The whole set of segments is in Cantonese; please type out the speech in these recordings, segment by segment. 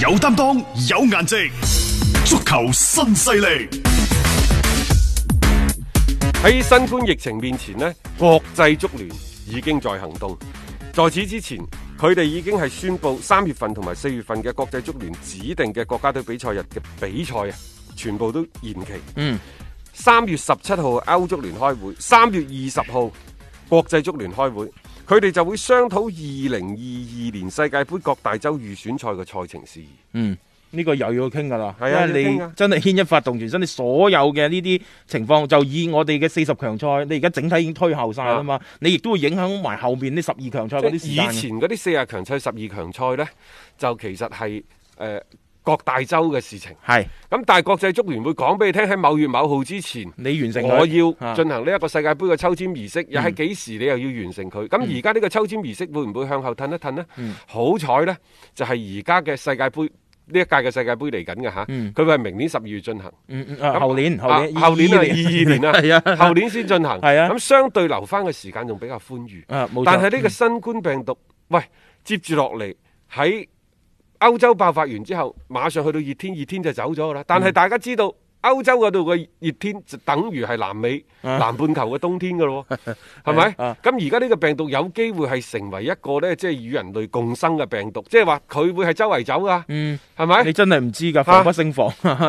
有擔當，有顏值，足球新勢力。喺新冠疫情面前呢，國際足聯已經在行動。在此之前，佢哋已經係宣布三月份同埋四月份嘅國際足聯指定嘅國家隊比賽日嘅比賽啊，全部都延期。嗯，三月十七號歐足聯開會，三月二十號國際足聯開會，佢哋就會商討二零二二年世界盃各大洲預選賽嘅賽程事宜。呢、個又要傾噶啦，係啊因為要你傾啊真係牽一發動全身，你所有嘅呢啲情況就以我哋嘅四十強賽，你而家整體已經推後晒啦嘛，你亦都會影響埋後面呢十二強賽嗰啲時啊以間嘅。前嗰啲四十強賽、十二強賽呢，就其實係誒、呃各大洲嘅事情。係咁但係國際足聯會講俾你聽，喺某月某號之前，你完成佢我要啊進行呢一個世界盃嘅抽籤儀式，又喺幾時你又要完成佢？嗯咁而家呢個抽籤儀式會唔會向後褪一褪呢？好彩呢，就係而家嘅世界盃呢一屆嘅世界盃嚟緊嘅嚇，嗯佢會係明年十二月進行。嗯嗯啊咁後年後年啊後年啊，二二 係 年啊，啊後年先進行。係啊咁相對留翻嘅時間仲比較寬裕。啊冇錯但係呢個新冠病毒，喂，接住落嚟喺歐洲爆發完之後，馬上去到熱天，熱天就走咗噶嗯啦。但係大家知道。歐洲嗰度嘅熱天就等於係南美、南半球嘅冬天㗎咯 喎，係咪？啊咁而家呢個病毒有機會係成為一個呢，即係與人類共生嘅病毒，即係話佢會係周圍走㗎，嗯，係咪？你真係唔知㗎，防 不勝防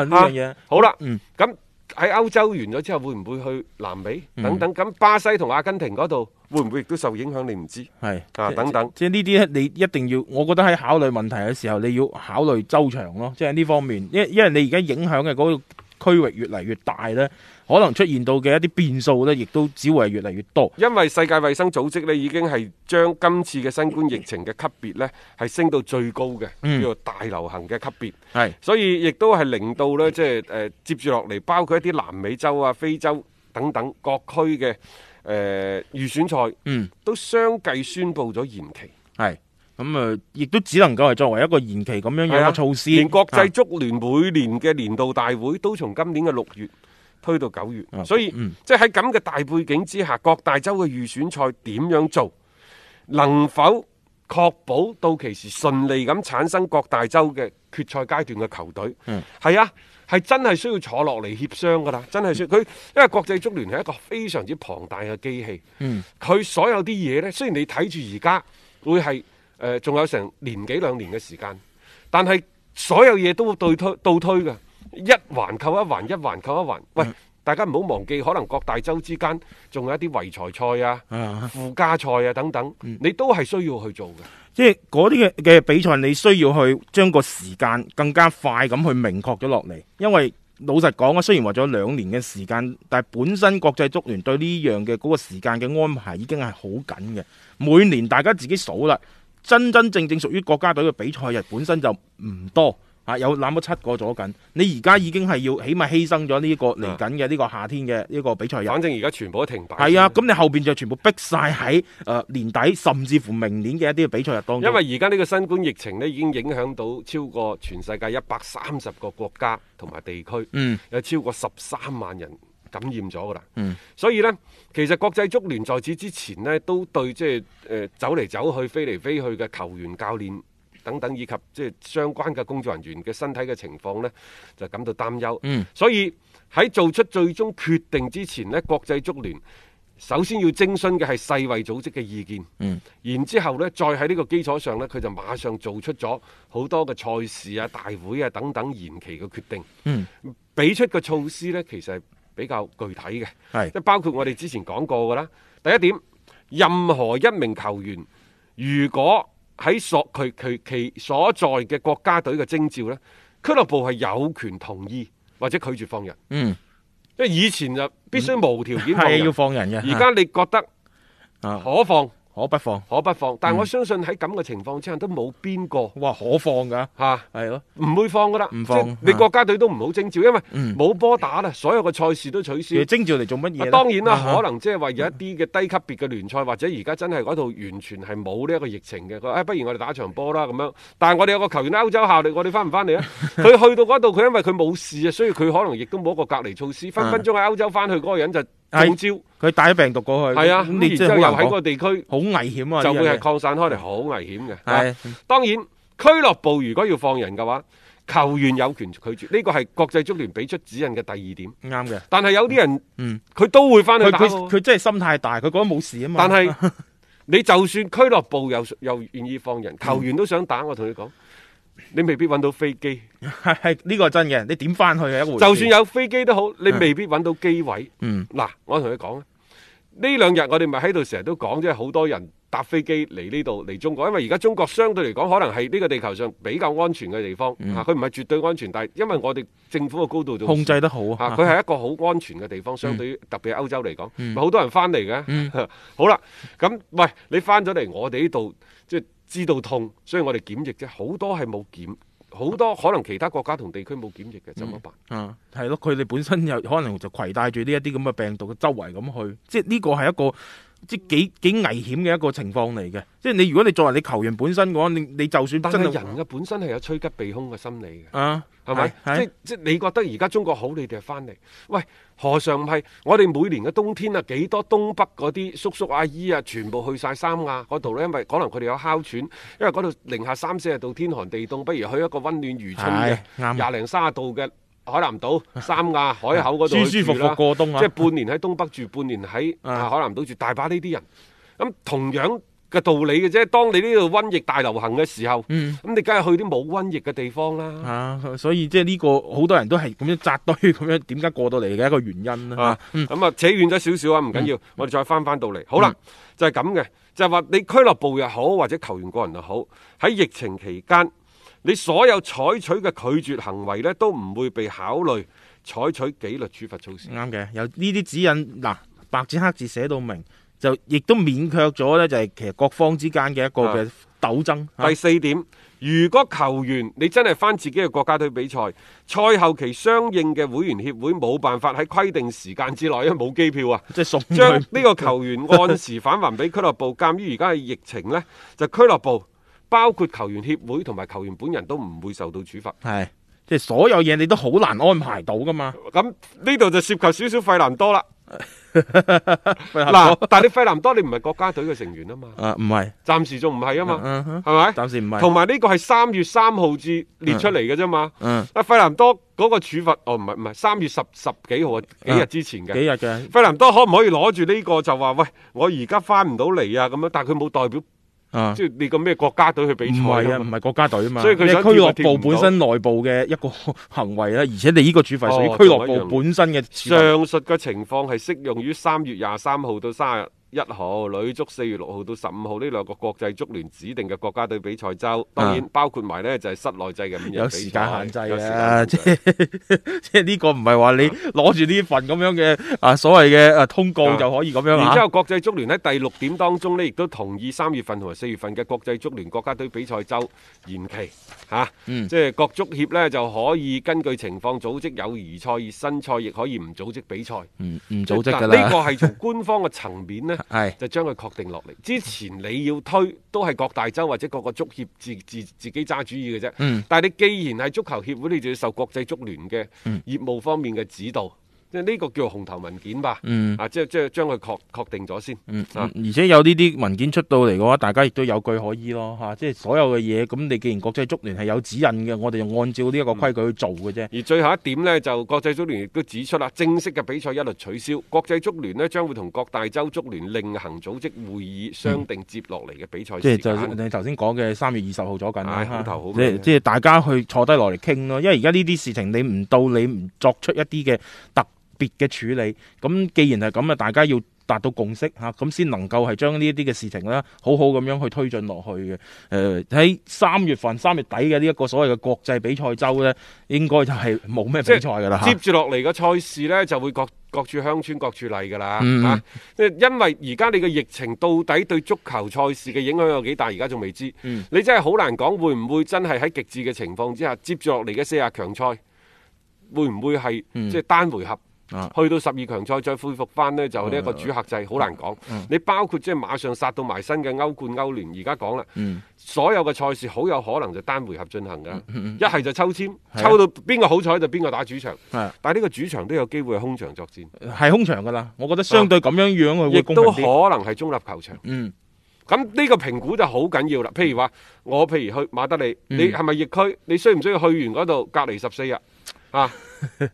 呢樣嘢啊。好啦，嗯咁喺歐洲完咗之後，會唔會去南美嗯等等？咁巴西同阿根廷嗰度會唔會亦都受影響？你唔知係啊即等等即係呢啲咧，你一定要，我覺得喺考慮問題嘅時候，你要考慮周詳咯，即係呢方面，因因為你而家影響嘅嗰個區域越嚟越大咧，可能出現到嘅一啲變數咧，亦都只會係越嚟越多。因為世界衛生組織呢已經係將今次嘅新冠疫情嘅級別呢係升到最高嘅，嗯叫做大流行嘅級別。係所以亦都係令到嗯呢，即係誒接住落嚟，包括一啲南美洲啊、非洲等等各區嘅誒、呃、預選賽，嗯，都相繼宣布咗延期。係咁啊，呃亦都只能夠係作為一個延期咁樣樣係啊嘅措施。連國際啊足聯每年嘅年度大會都從今年嘅六月推到九月，啊所以、嗯即係喺咁嘅大背景之下，各大洲嘅預選賽點樣做，能否確保到期時順利咁產生各大洲嘅決賽階段嘅球隊？嗯係啊，係真係需要坐落嚟協商㗎啦，真係需要 佢，因為國際足聯係一個非常之龐大嘅機器。嗯佢所有啲嘢呢，雖然你睇住而家會係誒仲有成年幾兩年嘅時間，但係所有嘢都會倒推倒推嘅，一環扣一環，一環扣一環。喂，大家唔好忘記，可能各大洲之間仲有一啲圍財賽啊、啊附加賽啊等等，你都係需要去做嘅。即係嗰啲嘅嘅比賽，你需要去將個時間更加快咁去明確咗落嚟，因為老實講啊，雖然話咗兩年嘅時間，但係本身國際足聯對呢樣嘅嗰個時間嘅安排已經係好緊嘅。每年大家自己數啦，真真正正屬於國家隊嘅比賽日本身就唔多。啊，有那麼七個咗緊，你而家已經係要起碼犧牲咗呢個嚟緊嘅呢個夏天嘅呢個比賽日。反正而家全部都停擺。係啊，咁你後邊就全部逼晒喺誒年底，甚至乎明年嘅一啲比賽日當中。因為而家呢個新冠疫情呢，已經影響到超過全世界一百三十個國家同埋地區，嗯有超過十三萬人感染咗㗎啦。嗯所以呢，其實國際足聯在此之前呢，都對即係誒走嚟走去、飛嚟飛去嘅球員、教練。等等，以及即係相關嘅工作人員嘅身體嘅情況呢，就感到擔憂。嗯所以喺做出最終決定之前呢，國際足聯首先要徵詢嘅係世衛組織嘅意見。嗯然之後呢，再喺呢個基礎上呢，佢就馬上做出咗好多嘅賽事啊、大會啊等等延期嘅決定。嗯，俾出嘅措施呢，其實係比較具體嘅，係即係包括我哋之前講過嘅啦。第一點，任何一名球員如果喺所佢佢其所在嘅國家隊嘅徵召呢，俱樂部係有權同意或者拒絕放人，嗯，因為以前就必須無條件放係人，要放人嘅。而家你覺得啊可放？可不放，可不放。嗯但我相信喺咁嘅情況之下，都冇邊個哇可放噶，嚇係咯，唔會放噶啦。唔放即係你啊國家隊都唔好徵召，因為嗯冇波打啦，所有嘅賽事都取消其實。徵召嚟做乜嘢啊咧？當然啦，可能能即係話有一啲嘅低級別嘅聯賽，或者而家真係嗰度完全係冇呢一個疫情嘅。佢話、哎不如我哋打場波啦咁樣。但係我哋有個球員歐洲效力，我哋翻唔翻嚟 啊？佢去到嗰度，佢因為佢冇事啊，所以佢可能亦都冇一個隔離措施，分分鐘喺歐洲翻去嗰個人就中招。佢帶咗病毒過去，係啊，咁咁你然之真後係又好難喺講個地區好危險啊，就呢會樣係嘢擴散開嚟，好危險嘅。啊係當然俱樂部如果要放人嘅話，球員有權拒絕，呢個係國際足聯俾出指引嘅第二點。啱嘅。但係有啲人，嗯，佢都會翻去佢打佢喎佢真係心太大，佢覺得冇事啊嘛。但 係你就算俱樂部又又願意放人，球員都想打，我同你講，你未必揾到飛機。 係係呢個係真嘅，你點翻去係一回事。就算有飛機都好，你未必揾到機位。嗯嗱、我同你講啊，呢兩日我哋咪喺度成日都講，即係好多人搭飛機嚟呢度嚟中國，因為而家中國相對嚟講，可能係呢個地球上比較安全嘅地方。啊佢唔係絕對安全，但係因為我哋政府嘅高度重視嗯控制得好啊，啊，佢係一個好安全嘅地方，相對於特別係歐洲嚟講，嗯咪好多人翻嚟嘅。 好啦，咁喂，你翻咗嚟我哋呢度，即係知道痛，所以我哋檢疫啫。好多係冇檢，好多可能其他國家同地區冇檢疫嘅，怎麼辦？啊，係咯，佢哋本身有可能就攜帶住呢一啲咁嘅病毒，周圍咁去，即係呢個係一個即係幾幾危險嘅一個情況嚟嘅。即係你如果你作為你球員本身嘅話，你你就算但真係係人嘅本身係有趨吉避凶嘅心理嘅。啊，係咪？即係即係你覺得而家中國好，你哋就翻嚟。喂，何嘗唔係？我哋每年嘅冬天啊，幾多東北嗰啲叔叔阿姨啊，全部去晒三亞嗰度呢？因為可能佢哋有哮喘，因為嗰度零下三四十度，天寒地凍，不如去一個温暖如春嘅係啱廿零卅度嘅海南島、三亞、海口嗰度舒去舒住服啦服過冬啊即係半年喺東北住，半年喺啊海南島住，大把呢啲人。咁同樣嘅道理嘅啫。當你呢度瘟疫大流行嘅時候，咁、你梗係去啲冇瘟疫嘅地方啦。嗯啊，所以即係呢個好多人都係咁樣扎堆咁樣，點解過到嚟嘅一個原因啦啊，咁啊扯遠咗少少啊，唔緊嗯要，我哋再翻翻到嚟。好啦，就係咁嘅，就係話你俱樂部又好，或者球員個人又好，喺疫情期間，你所有採取嘅拒絕行為呢，都唔會被考慮採取紀律處罰措施。啱嘅，有呢啲指引嗱，白紙黑字寫到明，就亦都勉強咗咧，就係其實各方之間嘅一個啊嘅鬥爭。啊第四點，如果球員你真係翻自己嘅國家隊比賽，賽後期相應嘅會員協會冇辦法喺規定時間之內，因為冇機票啊。即係送將佢呢個球員按時返還俾俱樂部。鑑於而家嘅疫情呢，就俱樂部包括球員協會同埋球員本人都唔會受到處罰。係即係所有嘢你都好難安排到噶嘛。咁呢度就涉及少少費南多啦。嗱嗱，，但係你費南多你唔係國家隊嘅成員啊嘛，誒唔係，暫時仲唔係啊嘛，嗯哼，係咪？暫時唔係，同埋呢個係三月三號至列出嚟嘅啫嘛。嗯，阿費南多嗰個處罰，哦唔係唔係，三月十十幾號啊，幾日之前嘅幾。日嘅，費南多可唔可以攞住呢個就話喂，我而家翻唔到嚟啊咁樣，但係佢冇代表啊，即係你個咩國家隊去唔比賽係啊，嘛唔係國家隊啊嘛，所以佢你想係俱跳啊樂部跳唔本到身內部嘅一個 行為啦，而且你呢個處罰屬於哦俱樂同一樣部本身嘅處罰。上述嘅情況係適用於三月廿三號到三十一號，女足四月六號到十五號呢兩個國際足聯指定嘅國家隊比賽周，當然包括埋呢就係室內制嘅五日比賽啊有時間限制有時啊！ 間限即制係即係呢 個唔係話你攞住呢份咁樣嘅啊所謂嘅啊通告啊就可以咁樣然之啊後，國際足聯喺第六點當中呢，亦都同意三月份同埋四月份嘅國際足聯國家隊比賽周延期嚇，嗯即係各足協呢就可以根據情況組織友誼賽、熱身賽，亦可以唔組織比賽。唔嗯唔組織嗱㗎呢個啦，係從官方嘅層面呢。 係就將佢確定落嚟。之前你要推都係各大洲或者各個足協自自自己揸主意嘅啫。嗯但係你既然係足球協會，你就要受國際足聯嘅嗯業務方面嘅指導。即係呢個叫紅頭文件吧。嗯啊，即係即係將佢確確定咗先。嗯，啊而且有呢啲文件出到嚟嘅話，大家亦都有據可依咯嚇、即係所有嘅嘢，咁你既然國際足聯係有指引嘅，我哋就按照呢一個規矩去做嘅啫。而最後一點呢，就國際足聯亦都指出啦，正式嘅比賽一律取消。國際足聯呢，將會同各大洲足聯另行組織會議，商定接落嚟嘅比賽即係時就間。你頭先講嘅三月二十號咗緊啦，唉好頭好啊即係尾即係大家去坐低落嚟傾咯，因為而家呢啲事情你唔到你唔作出一啲嘅特別嘅處理，咁既然係咁啊，大家要。達到共識嚇，咁先能夠係將呢一啲嘅事情咧，好好咁樣去推進落去嘅。誒、喺三月份、三月底嘅呢一個所謂嘅國際比賽周咧，應該就係冇咩比賽㗎啦嚇接住落嚟嘅賽事呢，就會各各處鄉村各處例㗎啦嗯嚇。即係因為而家你嘅疫情到底對足球賽事嘅影響有幾大，而家仲未知。嗯你真係好難講，會唔會真係喺極致嘅情況之下，接住落嚟嘅四十強賽，會唔會係、嗯即係單回合？啊嗯去到十二強賽再恢復翻呢，就呢一個主客制，好難講。你包括即係馬上殺到埋身嘅歐冠、歐聯，而家講啦，嗯所有嘅賽事好有可能就單回合進行㗎啦。嗯一係就抽籤，係啊抽到邊個好彩就邊個打主場。係啊但係呢個主場都有機會係空場作戰，係空場㗎啦。我覺得相對咁樣樣佢亦會公平都可啲。能係中立球場。嗯，咁呢個評估就好緊要啦。譬如話，我譬如去馬德里，嗯你係咪疫區？你需唔需要去完嗰度隔離十四日 啊？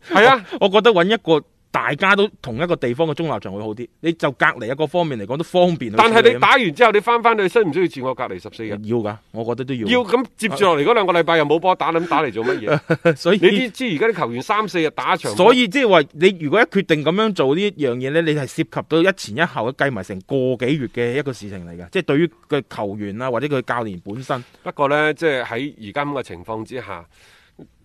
係啊，我覺得揾一個大家都同一個地方嘅中立場會好啲，你就隔離一個方面嚟講都方便去處理但啊嘛。係你打完之後，你翻翻去需唔需要自我隔離十四日？要㗎，我覺得都嗯要。要咁接住落嚟嗰兩個禮拜又冇波打，咁打嚟做乜嘢？ 所以你知知而家啲球員三四日打一場波，所以即係話，你如果一決定咁樣做呢一樣嘢呢，你係涉及到一前一後計埋成個幾月嘅一個事情嚟嘅，即係對於個球員啊或者佢教練本身，不過呢，即係喺而家咁嘅情況之下，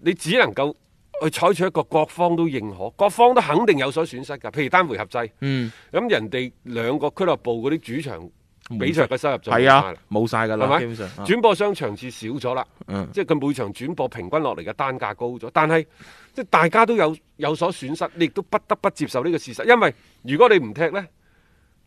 你只能夠去採取一個各方都認可、各方都肯定有所損失㗎。譬如單回合制，咁、嗯，人哋兩個俱樂部嗰啲主場比賽嘅收入就冇係晒啊啦，冇晒㗎係啦，咪基本上，啊轉播商場次少咗啦，嗯即係佢每場轉播平均落嚟嘅單價高咗，但係即係大家都有有所損失，你亦都不得不接受呢個事實，因為如果你唔踢呢，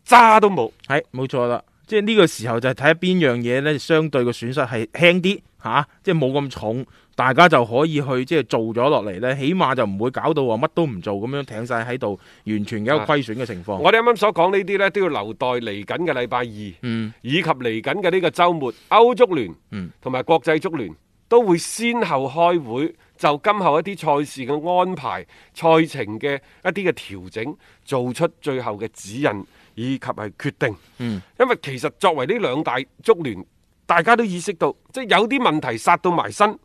渣都冇。係冇錯啦。即係呢個時候就係睇下邊樣嘢呢，相對嘅損失係輕啲吓、即係冇咁重，大家就可以去即係做咗落嚟呢，起碼就唔會搞到話乜都唔做咁樣挺晒喺度，完全嘅一個虧損嘅情況。我哋啱啱所講呢啲呢，都要留待嚟緊嘅禮拜二。嗯，以及嚟緊嘅呢個週末，歐足聯嗯同埋國際足聯都會先後開會，就今後一啲賽事嘅安排、賽程嘅一啲嘅調整，做出最後嘅指引以及係決定。嗯，因為其實作為呢兩大足聯，大家都意識到，即係有啲問題殺到埋身，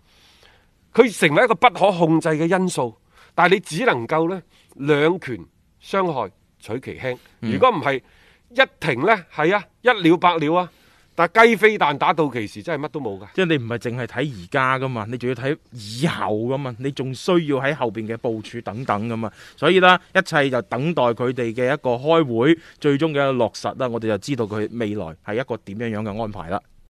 佢成為一個不可控制嘅因素。但係你只能夠呢兩權傷害取其輕，如果唔係一停呢，係啊一了百了啊。但係雞飛蛋打到期時真係乜都冇㗎。即係你唔係淨係睇而家噶嘛，你仲要睇以後噶嘛，你仲需要喺後邊嘅部署等等噶嘛，所以啦，一切就等待佢哋嘅一個開會，最終嘅落實啦，我哋就知道佢未來係一個點樣樣嘅安排啦。